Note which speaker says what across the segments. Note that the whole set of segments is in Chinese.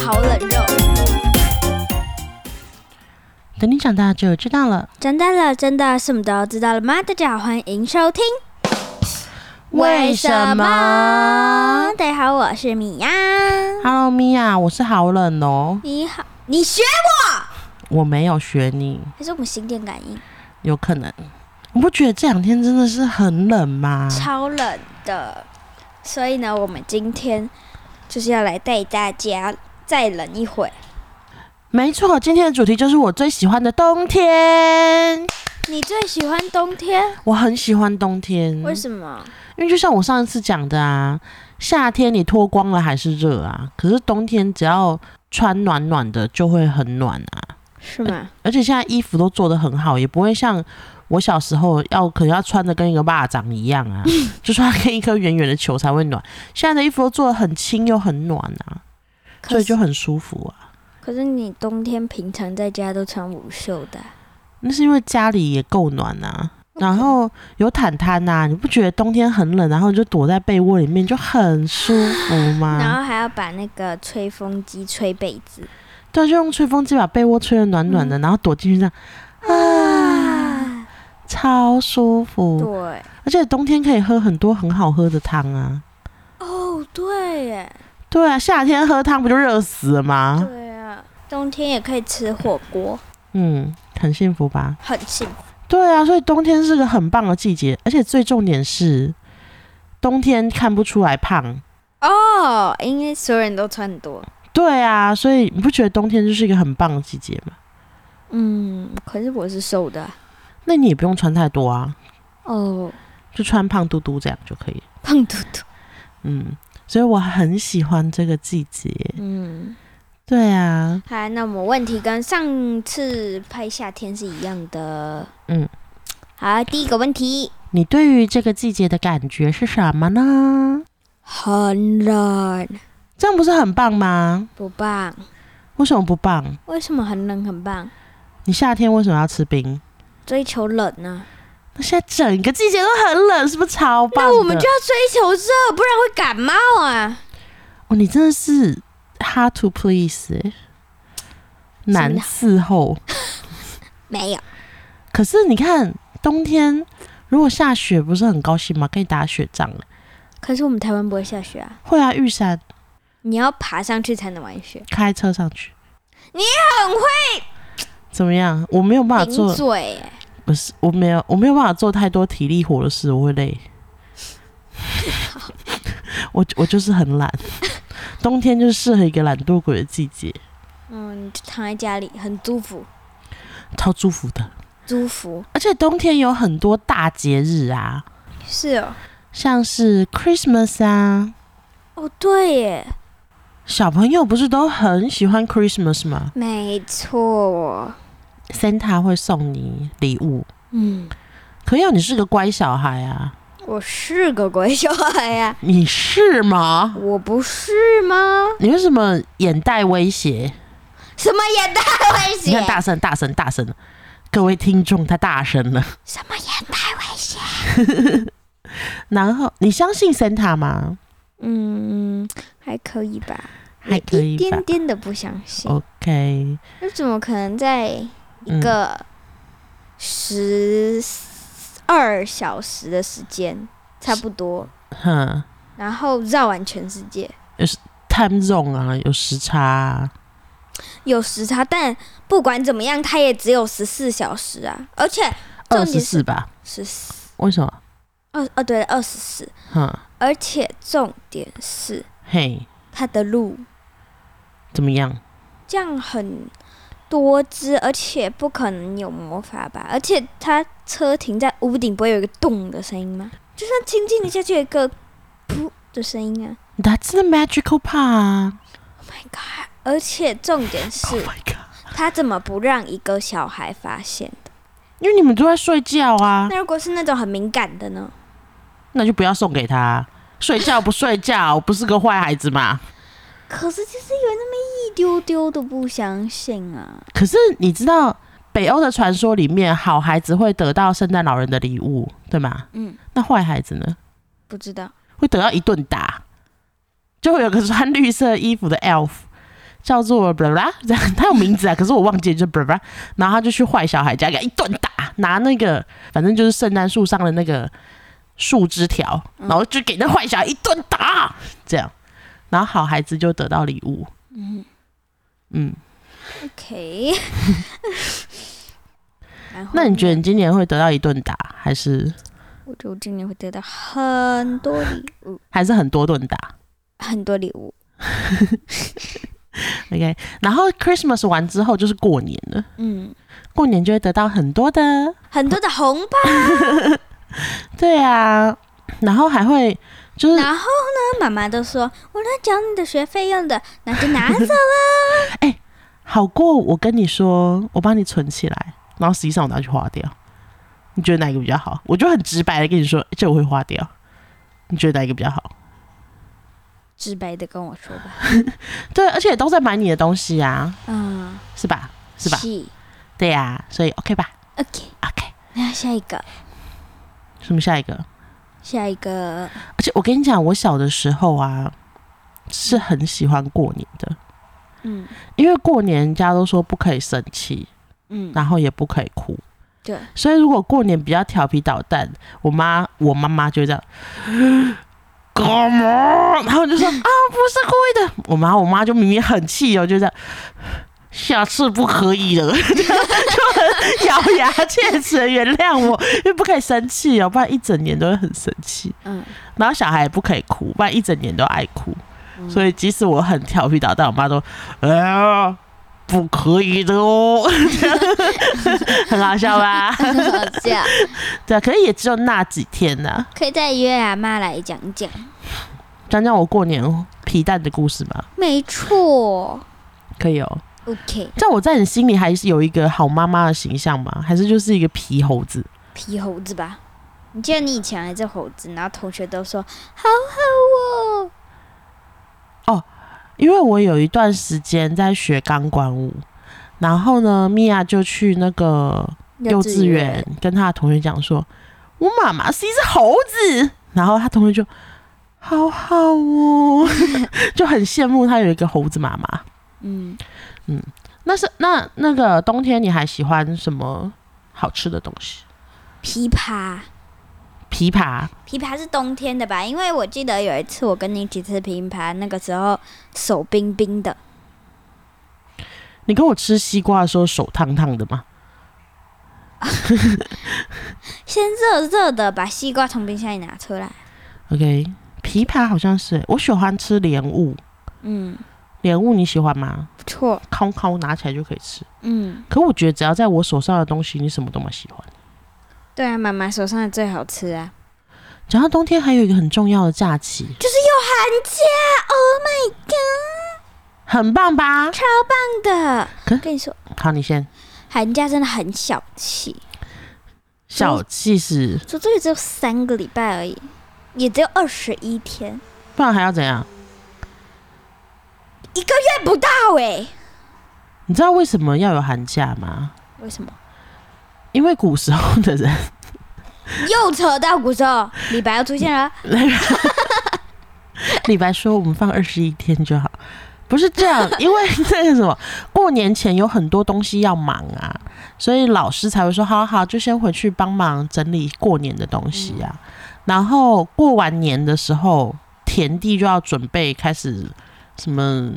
Speaker 1: 好冷肉。
Speaker 2: 等你长大就知道了。
Speaker 1: 长大了，真的什么都知道了吗？大家好，欢迎收听。
Speaker 2: 为什么？
Speaker 1: 大家好，我是米娅。
Speaker 2: Hello，米娅，我是好冷哦。
Speaker 1: 你好，你学我？
Speaker 2: 我没有学你，
Speaker 1: 还是我们心电感应？
Speaker 2: 有可能。你不觉得这两天真的是很冷吗？
Speaker 1: 超冷的，所以呢，我们今天就是要来带大家再冷一会。
Speaker 2: 没错，今天的主题就是我最喜欢的冬天。
Speaker 1: 你最喜欢冬天？
Speaker 2: 我很喜欢冬天，
Speaker 1: 为什么？
Speaker 2: 因为就像我上一次讲的啊，夏天你脱光了还是热啊，可是冬天只要穿暖暖的就会很暖啊。
Speaker 1: 是吗？
Speaker 2: 而且现在衣服都做得很好，也不会像我小时候要可能要穿的跟一个蚂蚱一样 啊，就穿跟一颗圆圆的球才会暖。现在的衣服都做得很轻又很暖啊，所
Speaker 1: 可
Speaker 2: 以
Speaker 1: 是
Speaker 2: 就很舒服啊。
Speaker 1: 可是你冬天平常在家都穿无袖的啊、
Speaker 2: 那是因为家里也够暖啊，然后有毯毯呐、你不觉得冬天很冷，然后你就躲在被窝里面就很舒服
Speaker 1: 然
Speaker 2: 吗？
Speaker 1: 后还要把 那个吹风机吹被子。
Speaker 2: 对，啊就用吹风机把被窝吹得暖暖
Speaker 1: 嗯
Speaker 2: 的，然后躲进去这样。啊，
Speaker 1: 啊，
Speaker 2: 超舒服！
Speaker 1: 对，
Speaker 2: 而且冬天可以喝很多很好喝的汤啊。
Speaker 1: 哦，对耶，
Speaker 2: 对啊，夏天喝汤不就热死了吗？
Speaker 1: 对啊，冬天也可以吃火锅，
Speaker 2: 嗯，很幸福吧？
Speaker 1: 很幸福。
Speaker 2: 对啊，所以冬天是个很棒的季节，而且最重点是，冬天看不出来胖。
Speaker 1: 哦，因为所有人都穿很多。
Speaker 2: 对啊，所以你不觉得冬天就是一个很棒的季节吗？
Speaker 1: 嗯，可是我是瘦的啊。
Speaker 2: 那你也不用穿太多啊，
Speaker 1: 哦，
Speaker 2: 就穿胖嘟嘟这样就可以了。
Speaker 1: 胖嘟嘟。
Speaker 2: 嗯，所以我很喜欢这个季节。
Speaker 1: 嗯，
Speaker 2: 对啊，
Speaker 1: 好，那我们问题跟上次拍夏天是一样的。
Speaker 2: 嗯，
Speaker 1: 好，第一个问题，
Speaker 2: 你对于这个季节的感觉是什么呢？
Speaker 1: 很冷，
Speaker 2: 这样不是很棒吗？
Speaker 1: 不棒。
Speaker 2: 为什么不棒？
Speaker 1: 为什么很冷很棒？
Speaker 2: 你夏天为什么要吃冰？
Speaker 1: 追求冷啊呢、
Speaker 2: 那现在整个季节都很冷，是不是超棒的？
Speaker 1: 那我们就要追求热，不然会感冒啊！
Speaker 2: 哦，你真的是 hard to please，欸、难伺候。
Speaker 1: 没有，
Speaker 2: 可是你看，冬天如果下雪，不是很高兴吗？可以打雪仗欸
Speaker 1: 可是我们台湾不会下雪啊，
Speaker 2: 会啊，玉山
Speaker 1: 你要爬上去才能玩雪。
Speaker 2: 开车上去，
Speaker 1: 很会
Speaker 2: 怎么样？我没有办法
Speaker 1: 顶
Speaker 2: 做，
Speaker 1: 嘴耶，
Speaker 2: 不是，我没有，我没有办法做太多体力活的事，我会累。我我就是很懒，冬天就适合一个懒惰鬼的季节，
Speaker 1: 嗯，就躺在家里很舒服，
Speaker 2: 超舒服的。
Speaker 1: 舒服
Speaker 2: 而且冬天有很多大节日啊，
Speaker 1: 是哦，
Speaker 2: 像是 Christmas 啊，
Speaker 1: 哦对耶，
Speaker 2: 小朋友不是都很喜欢 Christmas 吗
Speaker 1: 没错，
Speaker 2: ？Santa 会送你礼物，
Speaker 1: 嗯，
Speaker 2: 可要你是个乖小孩啊，
Speaker 1: 我是个乖小孩啊呀、
Speaker 2: 你是吗？
Speaker 1: 我不是吗？
Speaker 2: 你为什么眼带威胁？
Speaker 1: 什么眼袋威
Speaker 2: 你
Speaker 1: 胁
Speaker 2: 看？大声大声大声，各位听众他大声了。
Speaker 1: 什么眼袋威胁？
Speaker 2: 然后你相信 Santa 吗？
Speaker 1: 嗯，还可以吧，
Speaker 2: 还可以
Speaker 1: 一
Speaker 2: 吧
Speaker 1: 点点的不相信。
Speaker 2: ？OK，
Speaker 1: 那怎么可能在一个十二小时的时间，差不多，
Speaker 2: 哼
Speaker 1: 然后绕完全世界？
Speaker 2: ，Time Zone 啊，有时差、啊，
Speaker 1: 有时差，但不管怎么样，它也只有十四小时啊！而且重
Speaker 2: 二
Speaker 1: 点
Speaker 2: 十
Speaker 1: 是
Speaker 2: 四吧？
Speaker 1: 十四
Speaker 2: 为什么？
Speaker 1: 二哦，对，二十四。
Speaker 2: 哼，
Speaker 1: 而且重点是
Speaker 2: 嘿，
Speaker 1: 它的路
Speaker 2: 怎么样？
Speaker 1: 这样很多汁，而且不可能有魔法吧？而且它车停在屋顶，不会有一个咚的声音吗？就算轻轻的下去，有一个噗的声音啊
Speaker 2: That's the magical part.
Speaker 1: ！Oh my god！而且重点
Speaker 2: Oh
Speaker 1: 是，
Speaker 2: my god！
Speaker 1: 他怎么不让一个小孩发现？
Speaker 2: 因为你们都在睡觉啊，
Speaker 1: 那如果是那种很敏感的呢？
Speaker 2: 那就不要送给他。睡觉不睡觉，我不是个坏孩子嘛。
Speaker 1: 可是就是有那么一丢丢的不相信啊！
Speaker 2: 可是你知道北欧的传说里面，好孩子会得到圣诞老人的礼物，对吗？
Speaker 1: 嗯，
Speaker 2: 那坏孩子呢，
Speaker 1: 不知道，
Speaker 2: 会得到一顿打，就会有个穿绿色衣服的 elf，叫做 blah blah，这样他有名字啊，可是我忘记了，就 blah blah。然后他就去坏小孩家给他一顿打，拿那个反正就是圣诞树上的那个树枝条，然后就给那坏小孩一顿打，这样，然后好孩子就得到礼物。嗯
Speaker 1: OK，然后
Speaker 2: 那你觉得你今年会得到一顿打，还是
Speaker 1: 我觉得我今年会得到很多礼物，
Speaker 2: 还是很多顿打
Speaker 1: 很多礼物。
Speaker 2: ？OK，然后 Christmas 完之后就是过年了，
Speaker 1: 嗯，
Speaker 2: 过年就会得到很多的
Speaker 1: 很多的红包。
Speaker 2: 对啊，然后还会就是，
Speaker 1: 然后呢，妈妈都说我来缴你的学费用的，那就拿走。啊
Speaker 2: 好过我跟你说，我帮你存起来，然后实际上我拿去花掉。你觉得哪一个比较好？我就很直白的跟你说，这我会花掉。你觉得哪一个比较好？
Speaker 1: 直白的跟我说吧。
Speaker 2: 对，而且都在买你的东西啊，
Speaker 1: 嗯，
Speaker 2: 是吧？是吧？
Speaker 1: 是
Speaker 2: 对呀、所以 OK 吧
Speaker 1: OK，
Speaker 2: ？OK，
Speaker 1: 那下一个，
Speaker 2: 什么下一个？
Speaker 1: 下一个，
Speaker 2: 而且我跟你讲，我小的时候啊，是很喜欢过年的，
Speaker 1: 嗯
Speaker 2: 因为过年人家都说不可以生气，
Speaker 1: 嗯，
Speaker 2: 然后也不可以哭。
Speaker 1: 对，
Speaker 2: 所以如果过年比较调皮捣蛋，我妈我妈妈就会这样， 干嘛？然后我 就说啊，不是故意的。我妈我妈就明明很气哦，就这样， 下次不可以了，就 很咬牙切齿地原谅我，因为不可以生气哦，不然一整年都会很生气。
Speaker 1: 嗯
Speaker 2: 然后小孩也不可以哭，不然一整年都爱哭。所以即使我很调皮捣蛋，我妈都，哎、呀，不可以的哦， 很好笑吧？
Speaker 1: 很好笑，
Speaker 2: 对，啊可是也只有那几天呐、
Speaker 1: 可以再约阿妈来讲一讲。
Speaker 2: 讲讲我过年皮蛋的故事吗？
Speaker 1: 没错
Speaker 2: 可以哦。
Speaker 1: ，OK，
Speaker 2: 在我在你心里还是有一个好妈妈的形象吗？还是就是一个皮猴子？
Speaker 1: 皮猴子吧。你记得你以前还是猴子，然后同学都说好好哦。
Speaker 2: 因为我有一段时间在学钢管舞，然后呢，米娅就去那个幼稚园，跟他的同学讲说：“我妈妈是一只猴子。”然后他同学就好好哦， 就很羡慕他有一个猴子妈妈。
Speaker 1: 嗯，
Speaker 2: 那是那那个冬天你还喜欢什么好吃的东西？
Speaker 1: 琵琶，
Speaker 2: 琵琶
Speaker 1: 琵琶是冬天的吧？因为我记得有一次我跟你一起吃琵琶，那个时候手冰冰的。
Speaker 2: 你跟我吃西瓜的时候手烫烫的吗？
Speaker 1: 先热热的把西瓜从冰箱里拿出来。
Speaker 2: OK，琵琶好像是我喜欢吃莲雾，
Speaker 1: 嗯，
Speaker 2: 莲雾你喜欢吗？
Speaker 1: 不错。
Speaker 2: 烤烤拿起来就可以吃。
Speaker 1: 嗯，
Speaker 2: 可我觉得只要在我手上的东西，你什么都蛮喜欢。
Speaker 1: 对啊，妈妈手上的最好吃啊。
Speaker 2: 讲到冬天，还有一个很重要的假期，
Speaker 1: 就是有寒假，Oh my god，
Speaker 2: 很棒吧？
Speaker 1: 超棒的！
Speaker 2: 可
Speaker 1: 跟你说，
Speaker 2: 好，你先。
Speaker 1: 寒假真的很小气，
Speaker 2: 小气是，
Speaker 1: 说这个只有三个礼拜而已，也只有二十一天，
Speaker 2: 不然还要怎样？
Speaker 1: 一个月不到哎、
Speaker 2: 你知道为什么要有寒假吗？
Speaker 1: 为什么？
Speaker 2: 因为古时候的人，
Speaker 1: 又扯到骨头，李白又出现了。
Speaker 2: 李白说我们放二十一天就好，不是这样，因为那个什么， 过年前有很多东西要忙啊，所以老师才会说，好好，就先回去帮忙整理过年的东西啊。
Speaker 1: 嗯
Speaker 2: 然后过完年的时候，田地就要准备开始什么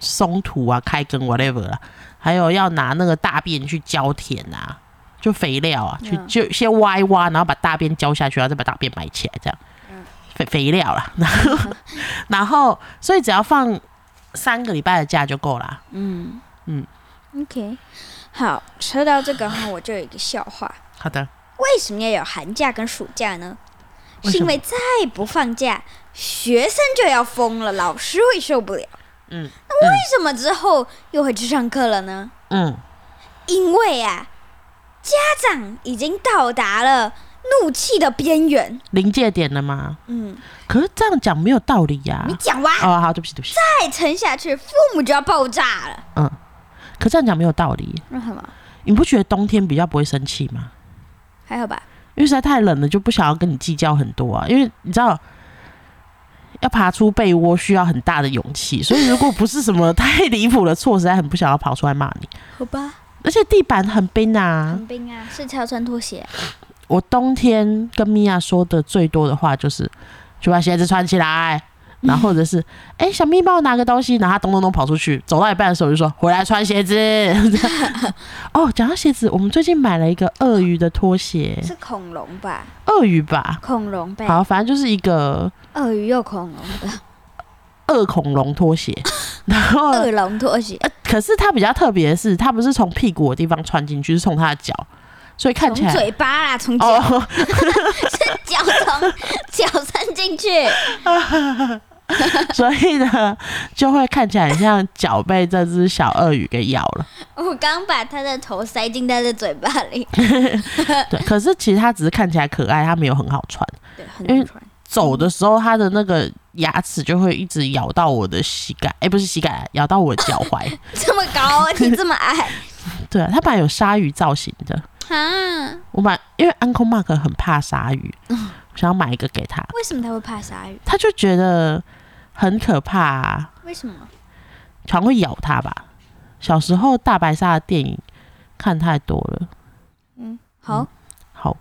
Speaker 2: 松土啊、开耕 whatever 啊，还有要拿那个大便去浇田啊，就肥料啊，去
Speaker 1: 嗯
Speaker 2: 就先挖一挖，然后把大便浇下去，然后再把大便埋起来，这样
Speaker 1: 嗯
Speaker 2: 肥肥料啦。然后，然后，所以只要放三个礼拜的假就够啦。
Speaker 1: 嗯
Speaker 2: 嗯
Speaker 1: ，OK，好，说到这个哈，我就有一个笑话。
Speaker 2: 好的，
Speaker 1: 为什么要有寒假跟暑假呢？
Speaker 2: 为
Speaker 1: 是
Speaker 2: 什
Speaker 1: 因
Speaker 2: 么
Speaker 1: 为再不放假，学生就要疯了，老师会受不了。
Speaker 2: 嗯
Speaker 1: 为什么之后又回去上课了呢？
Speaker 2: 嗯，
Speaker 1: 因为啊，家长已经到达了怒气的边缘。
Speaker 2: 临界点了吗？
Speaker 1: 嗯，
Speaker 2: 可是这样讲没有道理呀、
Speaker 1: 你讲完
Speaker 2: 哦，好，对不起，对不起。
Speaker 1: 再撑下去，父母就要爆炸了。
Speaker 2: 可这样讲没有道理。
Speaker 1: 那什么？
Speaker 2: 你不觉得冬天比较不会生气吗？
Speaker 1: 还好吧？
Speaker 2: 因为实在太冷了，就不想要跟你计较很多啊。因为你知道，要爬出被窝需要很大的勇气，所以如果不是什么太离谱的错，实在很不想要跑出来骂你。
Speaker 1: 好吧，
Speaker 2: 而且地板很冰啊，
Speaker 1: 很冰啊，睡觉穿拖鞋啊、
Speaker 2: 我冬天跟米娅说的最多的话就是，去把鞋子穿起来，然后或者是， 哎、小咪帮我拿个东西，然后他咚咚咚跑出去，走到一半的时候我就说回来穿鞋子。这样哦，讲到鞋子，我们最近买了一个鳄鱼的拖鞋，
Speaker 1: 是恐龙吧？
Speaker 2: 鳄鱼吧，
Speaker 1: 恐龙呗，
Speaker 2: 嗯好，反正就是一个
Speaker 1: 鳄鱼又恐龙的，
Speaker 2: 鳄恐龙拖鞋， 然后
Speaker 1: 恶龙拖鞋，
Speaker 2: 呃，可是它比较特别的是，它不是从屁股的地方穿进去，是从它的脚，所以看
Speaker 1: 从
Speaker 2: 起来
Speaker 1: 嘴巴啦，从脚
Speaker 2: 哦，
Speaker 1: 脚从脚伸进去，
Speaker 2: 所以呢，就会看起来很像脚被这只小鳄鱼给咬了。
Speaker 1: 我刚把他的头塞进他的嘴巴里，
Speaker 2: 对，可是其实它只是看起来可爱，它没有很好穿。
Speaker 1: 对，很
Speaker 2: 因为
Speaker 1: 难穿。
Speaker 2: 走的时候，它的那个牙齿就会一直咬到我的膝盖，哎、不是膝盖，咬到我的脚踝。
Speaker 1: 这么高，啊 你这么矮，
Speaker 2: 对啊，它本来有鲨鱼造型的，
Speaker 1: 哈？
Speaker 2: 我买，因为 Uncle Mark 很怕鲨鱼，我想要买一个给他，
Speaker 1: 为什么他会怕鲨鱼？
Speaker 2: 他就觉得很可怕、啊。
Speaker 1: 为什么？
Speaker 2: 常会咬它吧。小时候大白鲨的电影看太多了，
Speaker 1: 好，
Speaker 2: 好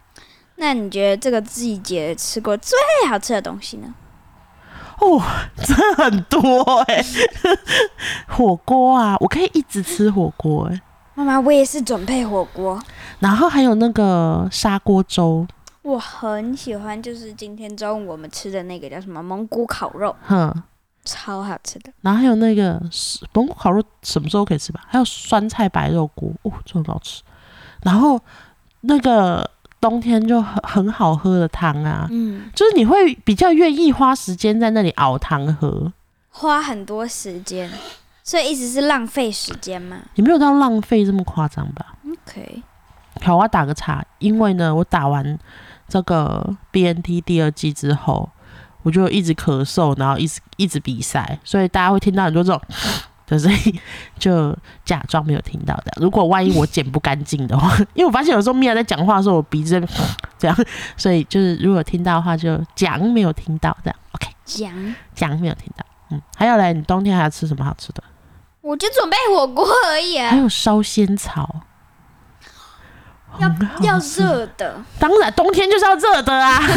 Speaker 1: 那你觉得这个季节吃过最好吃的东西呢？
Speaker 2: 哦，真的很多哎、 火锅啊，我可以一直吃火锅哎、
Speaker 1: 妈妈，我也是准备火锅，
Speaker 2: 然后还有那个砂锅粥，
Speaker 1: 我很喜欢，就是今天中午我们吃的那个叫什么蒙古烤肉，
Speaker 2: 哼，
Speaker 1: 超好吃的。
Speaker 2: 然后还有那个蒙古烤肉，什么时候可以吃吧？还有酸菜白肉锅，哦，这很好吃。然后那个冬天就很很好喝的汤啊，
Speaker 1: 嗯，
Speaker 2: 就是你会比较愿意花时间在那里熬汤喝。
Speaker 1: 花很多时间，所以意思是浪费时间嘛
Speaker 2: 也没有到浪费这么夸张吧。
Speaker 1: ？OK，
Speaker 2: 好，我要打个岔，因为呢，我打完这个 BNT 第二季之后，我就一直咳嗽，然后一直一直比赛，所以大家会听到很多这种 的声音，就假装没有听到的。如果万一我剪不干净的话， 因为我发现有时候米娅在讲话的时候，我鼻子在这样，所以就是如果有听到的话，就讲没有听到这样。OK，
Speaker 1: 讲，
Speaker 2: 讲没有听到。嗯，还有嘞，你冬天还要吃什么好吃的？
Speaker 1: 我就准备火锅而已
Speaker 2: 还
Speaker 1: 啊，
Speaker 2: 有烧仙草，
Speaker 1: 哎
Speaker 2: 很好
Speaker 1: 要
Speaker 2: 吃
Speaker 1: 热的，
Speaker 2: 当然，冬天就是要热的啊，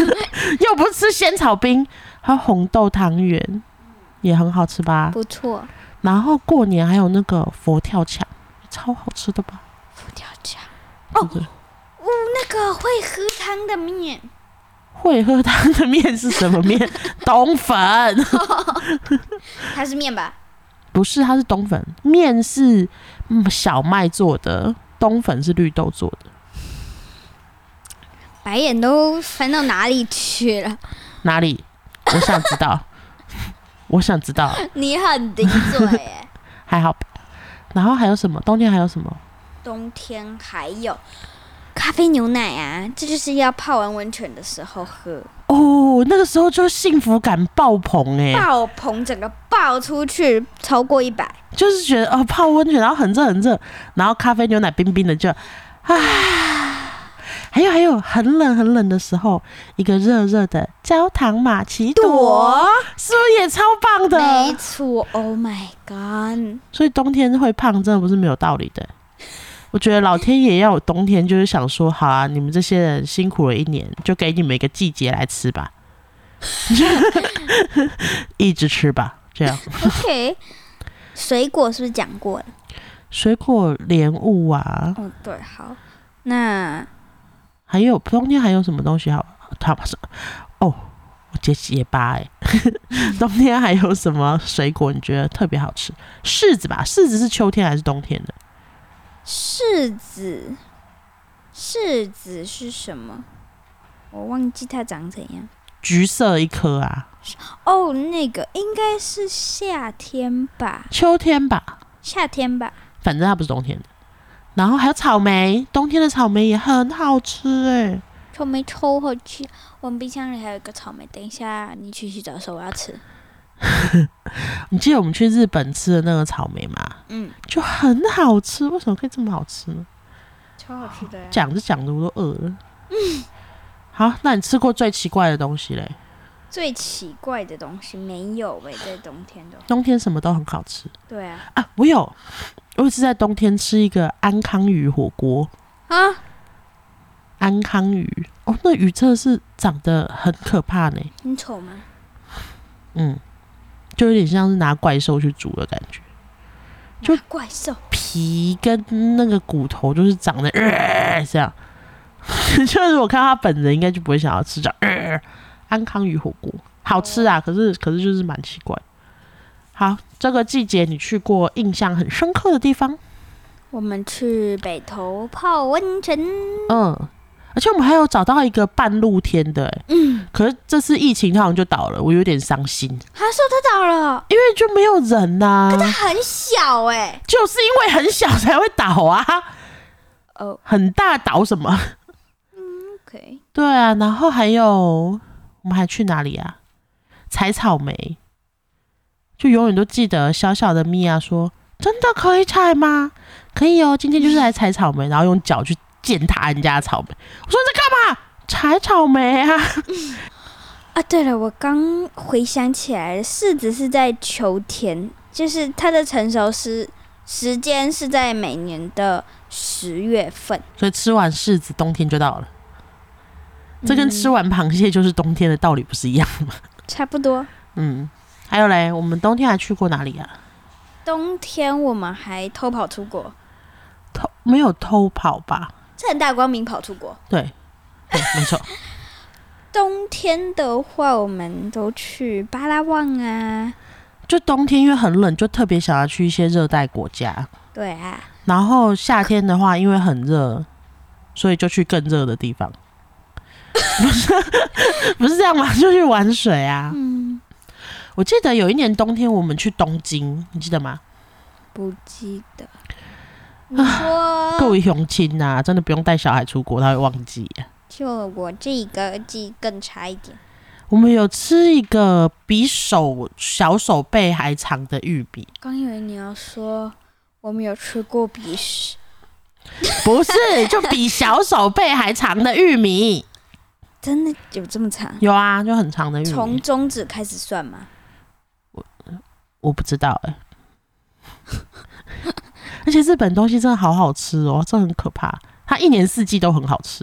Speaker 2: 又不是吃仙草冰，还有红豆汤圆，也很好吃吧。
Speaker 1: 不错。
Speaker 2: 然后过年还有那个佛跳墙，超好吃的吧？
Speaker 1: 佛跳墙，
Speaker 2: 哦，
Speaker 1: 那个会喝汤的 面，
Speaker 2: 会喝汤的面是什么面？冬粉
Speaker 1: 它是面吧？
Speaker 2: 不是，它是冬粉，面是嗯小麦做的，冬粉是绿豆做的。
Speaker 1: 白眼都翻到哪里去了？
Speaker 2: 哪里？我想知道， 我想知道，
Speaker 1: 你很顶嘴耶。
Speaker 2: 还好吧。然后还有什么？冬天还有什么？
Speaker 1: 冬天还有咖啡牛奶啊，这就是要泡完温泉的时候喝，
Speaker 2: 哦，那个时候就幸福感爆棚哎、
Speaker 1: 爆棚，整个爆出去，超过一百。
Speaker 2: 就是觉得哦，泡温泉，然后很热很热，然后咖啡牛奶冰冰的就，啊，还有还有很冷很冷的时候，一个热热的焦糖玛奇朵，是不是也超棒
Speaker 1: 没
Speaker 2: 的？
Speaker 1: 错，Oh my god！
Speaker 2: 所以冬天会胖，真的不是没有道理的。我觉得老天爷要有冬天，就是想说，好啊，你们这些人辛苦了一年，就给你们一个季节来吃吧， 一直吃吧，这样。
Speaker 1: OK，水果是不是讲过了？
Speaker 2: 水果莲雾啊，
Speaker 1: 哦，对，好，那
Speaker 2: 还有冬天还有什么东西好？它是哦，我结结巴哎、冬天还有什么水果你觉得特别好吃？柿子吧，柿子是秋天还是冬天的？
Speaker 1: 柿子，柿子是什么？我忘记它长怎样。
Speaker 2: 橘色一颗啊，
Speaker 1: 哦，那个应该是夏天吧，
Speaker 2: 秋天吧，
Speaker 1: 夏天吧。
Speaker 2: 反正它不是冬天的。然后还有草莓，冬天的草莓也很好吃哎、
Speaker 1: 草莓抽回去，我们冰箱里还有一个草莓，等一下你去洗澡的时候我要吃。
Speaker 2: 你记得我们去日本吃的那个草莓吗？
Speaker 1: 嗯，
Speaker 2: 就很好吃，为什么可以这么好吃呢？
Speaker 1: 超好吃的呀、
Speaker 2: 讲着讲着我都饿了。好，那你吃过最奇怪的东西嘞？
Speaker 1: 最奇怪的东西没有喂、在冬天的话。
Speaker 2: 冬天什么都很好吃
Speaker 1: 对啊，
Speaker 2: 啊！我有，我有一次在冬天吃一个安康鱼火锅，
Speaker 1: 啊，
Speaker 2: 安康鱼哦，那鱼真的是长得很可怕呢，
Speaker 1: 很丑吗？
Speaker 2: 嗯，就有点像是拿怪兽去煮的感觉，就
Speaker 1: 拿怪兽，
Speaker 2: 皮跟那个骨头就是长得、呃、这样， 就是我看到他本人应该就不会想要吃这样、呃、安康鱼火锅，好吃啊，可是可是就是蛮奇怪。好，这个季节你去过印象很深刻的地方？
Speaker 1: 我们去北投泡温泉，
Speaker 2: 嗯，而且我们还有找到一个半露天的、欸，嗯，可是这次疫情它好像就倒了，我有点伤心，因
Speaker 1: 他说他倒了，
Speaker 2: 为就没有人呐、
Speaker 1: 可它很小哎、
Speaker 2: 就是因为很小才会倒啊，
Speaker 1: 哦
Speaker 2: 很大倒什么？
Speaker 1: ，OK，
Speaker 2: 对啊，然后还有我们还去哪里啊？采草莓，就永远都记得小小的米娅说：“真的可以采吗？可以哦，今天就是来采草莓。”然后用脚去践踏人家的草莓。我说你在干嘛？采草莓啊！
Speaker 1: 啊，对了，我刚回想起来，柿子是在秋天，就是它的成熟时时间是在每年的十月份。
Speaker 2: 所以吃完柿子，冬天就到了。这跟吃
Speaker 1: 嗯、
Speaker 2: 完螃蟹就是冬天的道理不是一样吗？
Speaker 1: 差不多。
Speaker 2: 嗯，还有嘞，我们冬天还去过哪里啊？
Speaker 1: 冬天我们还偷跑出国，
Speaker 2: 偷没有偷跑吧？
Speaker 1: 趁大光明跑出国。
Speaker 2: 对，对，没错。
Speaker 1: 冬天的话，我们都去巴拉望啊，
Speaker 2: 就冬天因为很冷，就特别想要去一些热带国家。
Speaker 1: 对啊，
Speaker 2: 然后夏天的话，因为很热，所以就去更热的地方。不是，不是这样吗？就去玩水啊！
Speaker 1: 嗯，
Speaker 2: 我记得有一年冬天我们去东京，你记得吗？
Speaker 1: 不记得。啊你说
Speaker 2: 各位雄亲呐，真的不用带小孩出国，他会忘记。
Speaker 1: 就我这个记更差一点，
Speaker 2: 我们有吃一个比手小手背还长的玉米，
Speaker 1: 刚以为你要说我们有吃过鼻屎，
Speaker 2: 不是，就比小手背还长的玉米。
Speaker 1: 真的有这么长？
Speaker 2: 有啊，就很长的玉
Speaker 1: 从
Speaker 2: 米。
Speaker 1: 中指开始算吗？
Speaker 2: 我不知道哎、 而且日本东西真的好好吃哦，这很可怕。它一年四季都很好吃，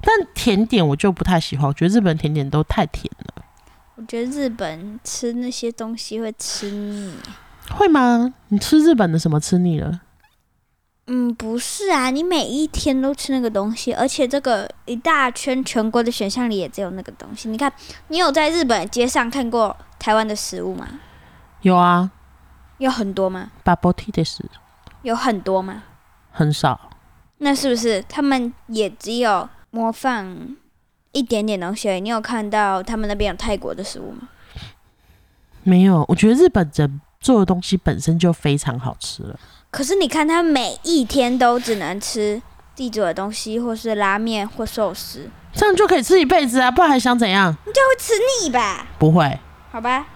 Speaker 2: 但甜点我就不太喜欢，我觉得日本甜点都太甜了。
Speaker 1: 我觉得日本吃那些东西会吃腻。
Speaker 2: 会吗？你吃日本的什么吃腻了？
Speaker 1: 嗯，不是啊，你每一天都吃那个东西，而且这个一大圈全国的选项里也只有那个东西。你看，你有在日本的街上看过台湾的食物吗？
Speaker 2: 有啊
Speaker 1: 有很多吗？
Speaker 2: ，bubble tea 的是
Speaker 1: 有很多吗？
Speaker 2: 很少。
Speaker 1: 那是不是他们也只有模仿一点点东西而已？你有看到他们那边有泰国的食物吗？
Speaker 2: 没有，我觉得日本人做的东西本身就非常好吃了。
Speaker 1: 可是你看，他每一天都只能吃地主的东西，或是拉面或寿司，
Speaker 2: 这样就可以吃一辈子啊，不然还想怎样？
Speaker 1: 会吃腻吧？
Speaker 2: 不会，
Speaker 1: 好吧，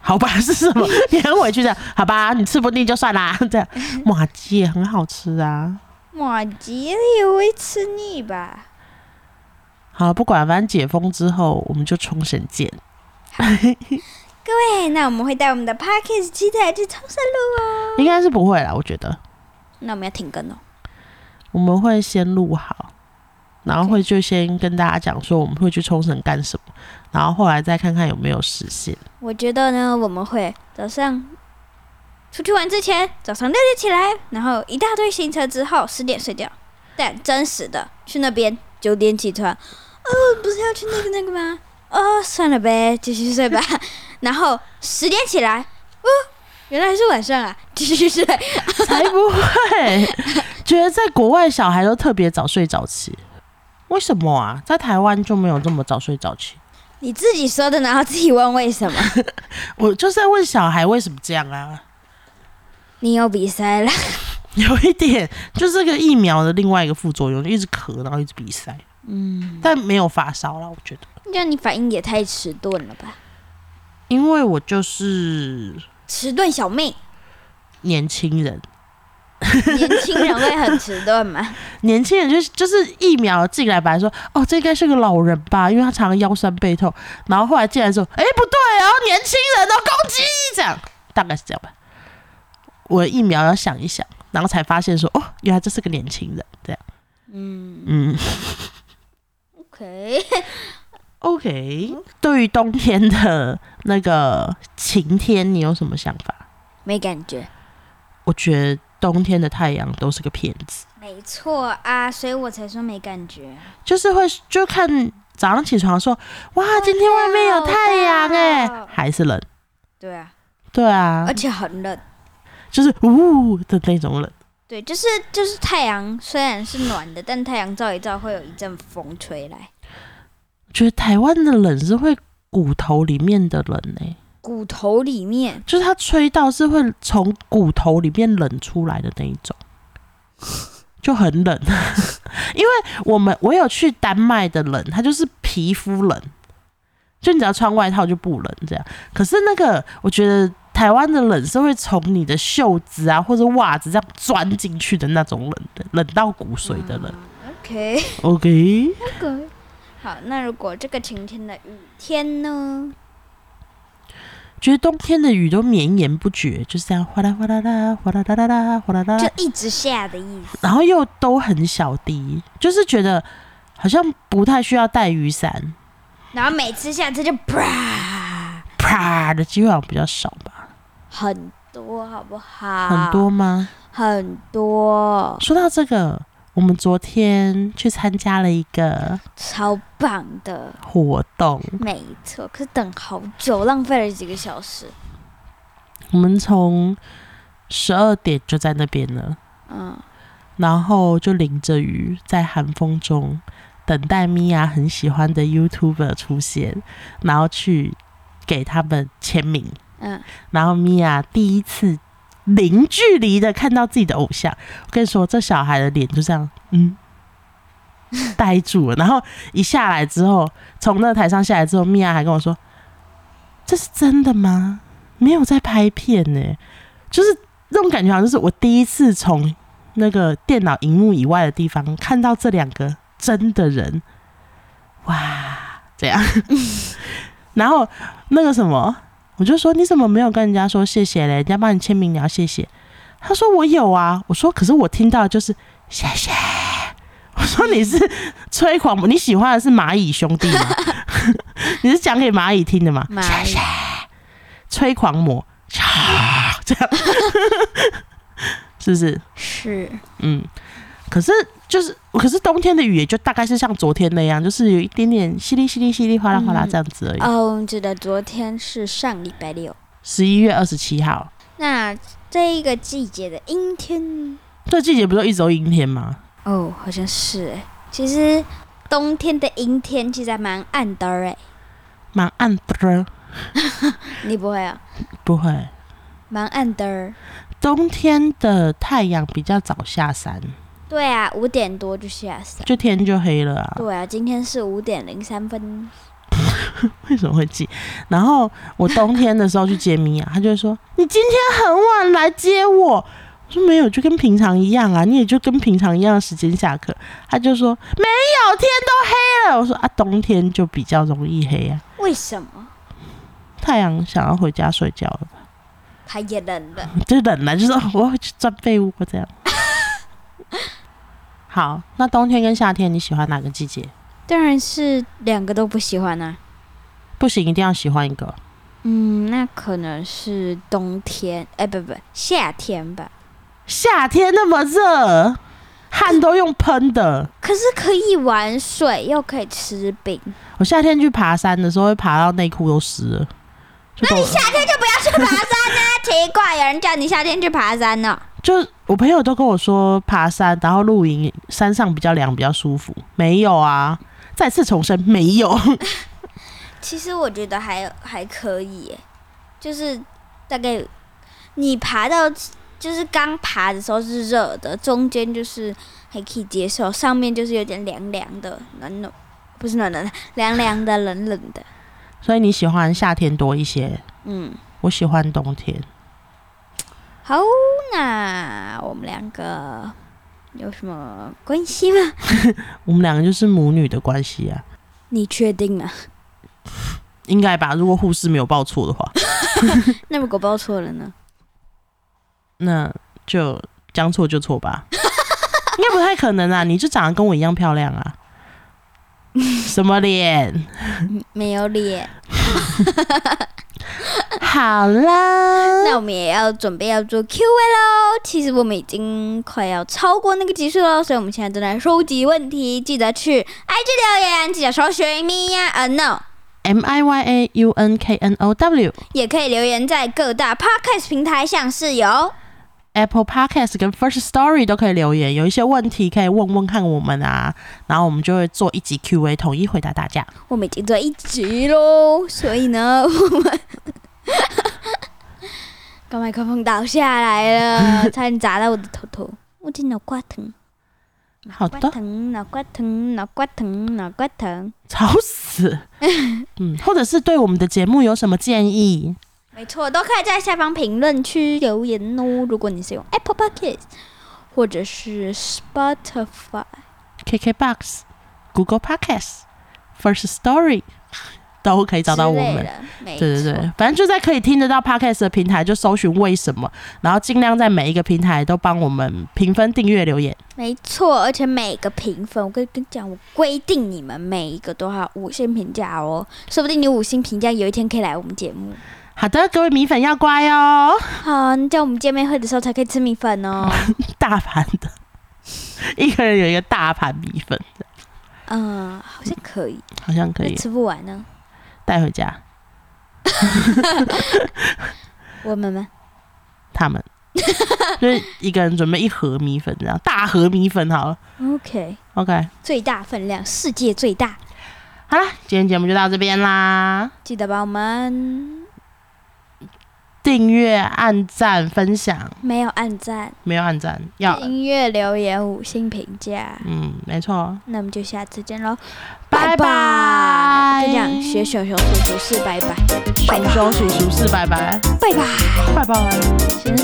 Speaker 2: 好吧是什么？你很委屈的，好吧，你吃不腻就算啦。这样，麻鸡也很好吃啊。
Speaker 1: 马吉也会吃腻吧？
Speaker 2: 好，不管，反正解封之后我们就冲绳见。
Speaker 1: 对，哎那我们会带我们的 p a c k a g e 机台去冲绳路哦。
Speaker 2: 应该是不会啦，我觉得
Speaker 1: 那我们要停更哦。
Speaker 2: 我们会先录好，然后会就先跟大家讲说我们会去冲绳干什么，然后后来再看看有没有实 现。
Speaker 1: 我觉得呢，我们会早上出去玩之前，早上六点起来，然后一大堆行程之后，十点睡觉。但真实的去那边九点起床，哦，不是要去那个那个吗？哦，算了呗，继续睡吧。 然后十点起来，哦，原来是晚上啊， 继续睡。
Speaker 2: 才不会，觉得在国外小孩都特别早睡早起，为什么啊？在台湾就没有这么早睡早起。
Speaker 1: 你自己说的，然后自己问为什么？
Speaker 2: 我就是在问小孩为什么这样啊？
Speaker 1: 你有比赛了？
Speaker 2: 有一点就是这个疫苗的另外一个副作用，就一直咳，然后一直鼻塞，
Speaker 1: 嗯，
Speaker 2: 但没有发烧啦，我觉得。
Speaker 1: 这样你反应也太迟钝了吧？
Speaker 2: 因为我就是
Speaker 1: 迟钝小妹，
Speaker 2: 年轻人，
Speaker 1: 年轻人会很迟钝嘛？
Speaker 2: 年轻人就是就是疫苗进来，本来说哦，这应该是个老人吧，因为他常常腰酸背痛。然后后来进来之后，哎，不对哦，年轻人哦，攻击这样，大概是这样吧。我疫苗要想一想，然后才发现说，哦，原来这是个年轻人，这样。
Speaker 1: 嗯
Speaker 2: 嗯
Speaker 1: ，OK，
Speaker 2: ，OK。对于冬天的那个晴天，你有什么想法？
Speaker 1: 没感觉。
Speaker 2: 我觉得冬天的太阳都是个骗子。
Speaker 1: 没错啊，所以我才说没感觉。
Speaker 2: 就是会就看早上起床说，哇，今天外面有太阳哎、
Speaker 1: 好大哦
Speaker 2: 还是冷，
Speaker 1: 对啊，
Speaker 2: 对啊
Speaker 1: 而，且很冷。
Speaker 2: 就是呜的那种冷，
Speaker 1: 对，就是就是太阳虽然是暖的，但太阳照一照会有一阵风吹来，
Speaker 2: 觉得台湾的冷是会骨头里面的冷哎、
Speaker 1: 骨头里面
Speaker 2: 就是它吹到是会从骨头里面冷出来的那一种，就很冷， 因为我们我有去丹麦的冷，它就是皮肤冷，就你只要穿外套就不冷这样。可是那个我觉得台湾的冷是会从你的袖子啊或者袜子这样钻进去的那种冷的，冷到骨髓的冷。
Speaker 1: OK
Speaker 2: OK，
Speaker 1: OK。好，那如果这个晴天的雨天呢？
Speaker 2: 觉得冬天的雨都绵延不绝，就是这样哗啦哗啦啦，哗啦啦啦啦，哗啦啦啦。
Speaker 1: 就一直下的意思。
Speaker 2: 然后又都很小滴，就是觉得好像不太需要带雨伞，
Speaker 1: 然后每次下次就啪，
Speaker 2: 啪的机会好像比较少吧？
Speaker 1: 很多好不好？
Speaker 2: 很多吗？
Speaker 1: 很多，
Speaker 2: 说到这个，我们昨天去参加了一个
Speaker 1: 超棒的，
Speaker 2: 活动，
Speaker 1: 没错。可是等好久，浪费了几个小时。
Speaker 2: 我们从十二点就在那边了，
Speaker 1: 嗯，
Speaker 2: 然后就淋着雨，在寒风中等待米娅很喜欢的 YouTuber 出现，然后去给他们签名。
Speaker 1: 嗯，
Speaker 2: 然后米娅第一次零距离的看到自己的偶像，我跟你说，这小孩的脸就这样，嗯，呆住了。然后一下来之后，从那台上下来之后，米娅还跟我说：“这是真的吗？没有在拍片呢、就是那种感觉，好像是我第一次从那个电脑荧幕以外的地方看到这两个真的人，哇，这样。 然后那个什么，我就说你怎么没有跟人家说谢谢嘞？人家帮你签名，你要谢谢。他说我有啊。我说可是我听到的就是谢谢。 我说你是吹狂魔，你喜欢的是蚂蚁兄弟吗？ 你是讲给蚂蚁听的吗？
Speaker 1: 蚂蚁
Speaker 2: 吹狂魔，这样是不是？
Speaker 1: 是
Speaker 2: 嗯，可是就是，可是冬天的雨也就大概是像昨天那样，就是有一点点淅沥淅沥淅沥哗啦哗啦
Speaker 1: 嗯
Speaker 2: 这样子而已。
Speaker 1: 哦，我们记得昨天是上礼拜六。
Speaker 2: 十一、月二十七号，
Speaker 1: 那这一个季节的阴天，
Speaker 2: 这季节不是一直都阴天吗？
Speaker 1: 哦，好像是哎。其实冬天的阴天其实还蛮暗的哎，
Speaker 2: 蛮暗的，
Speaker 1: 你不会啊？
Speaker 2: 不会。
Speaker 1: 蛮暗的。
Speaker 2: 冬天的太阳比较早下山，
Speaker 1: 对啊，五点多就下山。
Speaker 2: 就天就黑了啊。
Speaker 1: 对啊，今天是五点零三分。
Speaker 2: 为什么会记？然后我冬天的时候去接米娅，她就会说：“你今天很晚来接我。”我说：“没有，就跟平常一样啊，你也就跟平常一样的时间下课。”她就说：“没有，天都黑了。”我说：“啊，冬天就比较容易黑啊，
Speaker 1: 为什么？
Speaker 2: 太阳想要回家睡觉了，
Speaker 1: 他也冷了。
Speaker 2: 就冷了，就说我要去钻被窝这样。” 好，那冬天跟夏天你喜欢哪个季节？
Speaker 1: 当然是两个都不喜欢啊。
Speaker 2: 不行，一定要喜欢一个。
Speaker 1: 嗯，那可能是冬天，哎，不不，夏天吧。
Speaker 2: 夏天那么热，汗都用喷的。
Speaker 1: 可是可以玩水，又可以吃冰。
Speaker 2: 我夏天去爬山的时候，会爬到内裤都湿了。就
Speaker 1: 那
Speaker 2: 都
Speaker 1: 你夏天就不要去爬山啊！奇怪，有人叫你夏天去爬山哦呢、
Speaker 2: 就我朋友都跟我说，爬山然后露营，山上比较凉，比较舒服。没有啊，再次重申，没有。
Speaker 1: 其实我觉得还还可以耶，就是大概你爬到就是刚爬的时候是热的，中间就是还可以接受，上面就是有点凉凉的，暖暖不是暖暖的，凉凉的，冷冷的。
Speaker 2: 所以你喜欢夏天多一些，
Speaker 1: 嗯，
Speaker 2: 我喜欢冬天。
Speaker 1: 好，那我们两个有什么关系吗？
Speaker 2: 我们两个就是母女的关系啊，
Speaker 1: 你确定吗？
Speaker 2: 应该吧？如果护士没有报错的话，
Speaker 1: 那如果报错了呢？
Speaker 2: 那就将错就错吧。 应该不太可能啊，你就长得跟我一样漂亮啊。什么脸？
Speaker 1: 没有脸，
Speaker 2: 好啦，
Speaker 1: 那我们也要准备要做 Q&A 喽。其实我们已经快要超过那个集数了，所以我们现在正在收集问题，记得去 IG 留言，记得搜寻咪呀 u n no，
Speaker 2: M I Y A U N K N O W
Speaker 1: 也可以留言在各大 podcast 平台，像是有
Speaker 2: Apple Podcast 跟 First Story 都可以留言，有一些问题可以问问看我们啊，然后我们就会做一集 Q&A 统一回答大家。
Speaker 1: 我们已经做一集喽，所以呢，我们 刚麦克风倒下来了，差点砸到我的头头，我的脑瓜疼，
Speaker 2: 好
Speaker 1: 瓜
Speaker 2: 的，
Speaker 1: 疼，脑瓜疼，脑瓜疼，脑瓜疼。
Speaker 2: 吵 死。嗯，或者是对我们的节目有什么建议？
Speaker 1: 没错，都可以在下方评论区留言哦。如果你是用 Apple Podcast 或者是 Spotify，
Speaker 2: KKBox、Google Podcast、First Story 都可以找到我
Speaker 1: 之类
Speaker 2: 们。
Speaker 1: 的，没
Speaker 2: 对对
Speaker 1: 错，
Speaker 2: 对，反正就在可以听得到 podcast 的平台，就搜寻为什么，然后尽量在每一个平台都帮我们评分、订阅、留言。
Speaker 1: 没错。而且每个评分，我跟跟你讲，我规定你们每一个都要五星评价哦。说不定你五星评价有一天可以来我们节目。
Speaker 2: 好的，各位米粉要乖哦，
Speaker 1: 好，那叫我们见面会的时候才可以吃米粉 哦。
Speaker 2: 大盘的，一个人有一个大盘米粉，
Speaker 1: 嗯，好像可以，
Speaker 2: 好像可
Speaker 1: 那
Speaker 2: 以
Speaker 1: 吃不完呢。
Speaker 2: 带回家。
Speaker 1: 我们吗？
Speaker 2: 他们就是一个人准备一盒米粉，这样大盒米粉好了。
Speaker 1: OK，
Speaker 2: OK，
Speaker 1: 最大分量，世界最大。
Speaker 2: 好啦，今天节目就到这边啦。
Speaker 1: 记得帮我们
Speaker 2: 订阅、按赞、分享，
Speaker 1: 没有按赞。
Speaker 2: 没有按赞要，
Speaker 1: 音乐留言五星评价。
Speaker 2: 嗯，没错，
Speaker 1: 那我们就下次见喽，
Speaker 2: 拜拜。
Speaker 1: 跟你讲，学小熊叔叔是拜拜，
Speaker 2: 熊熊叔叔是拜拜，
Speaker 1: 拜拜，
Speaker 2: 拜拜。
Speaker 1: 先生。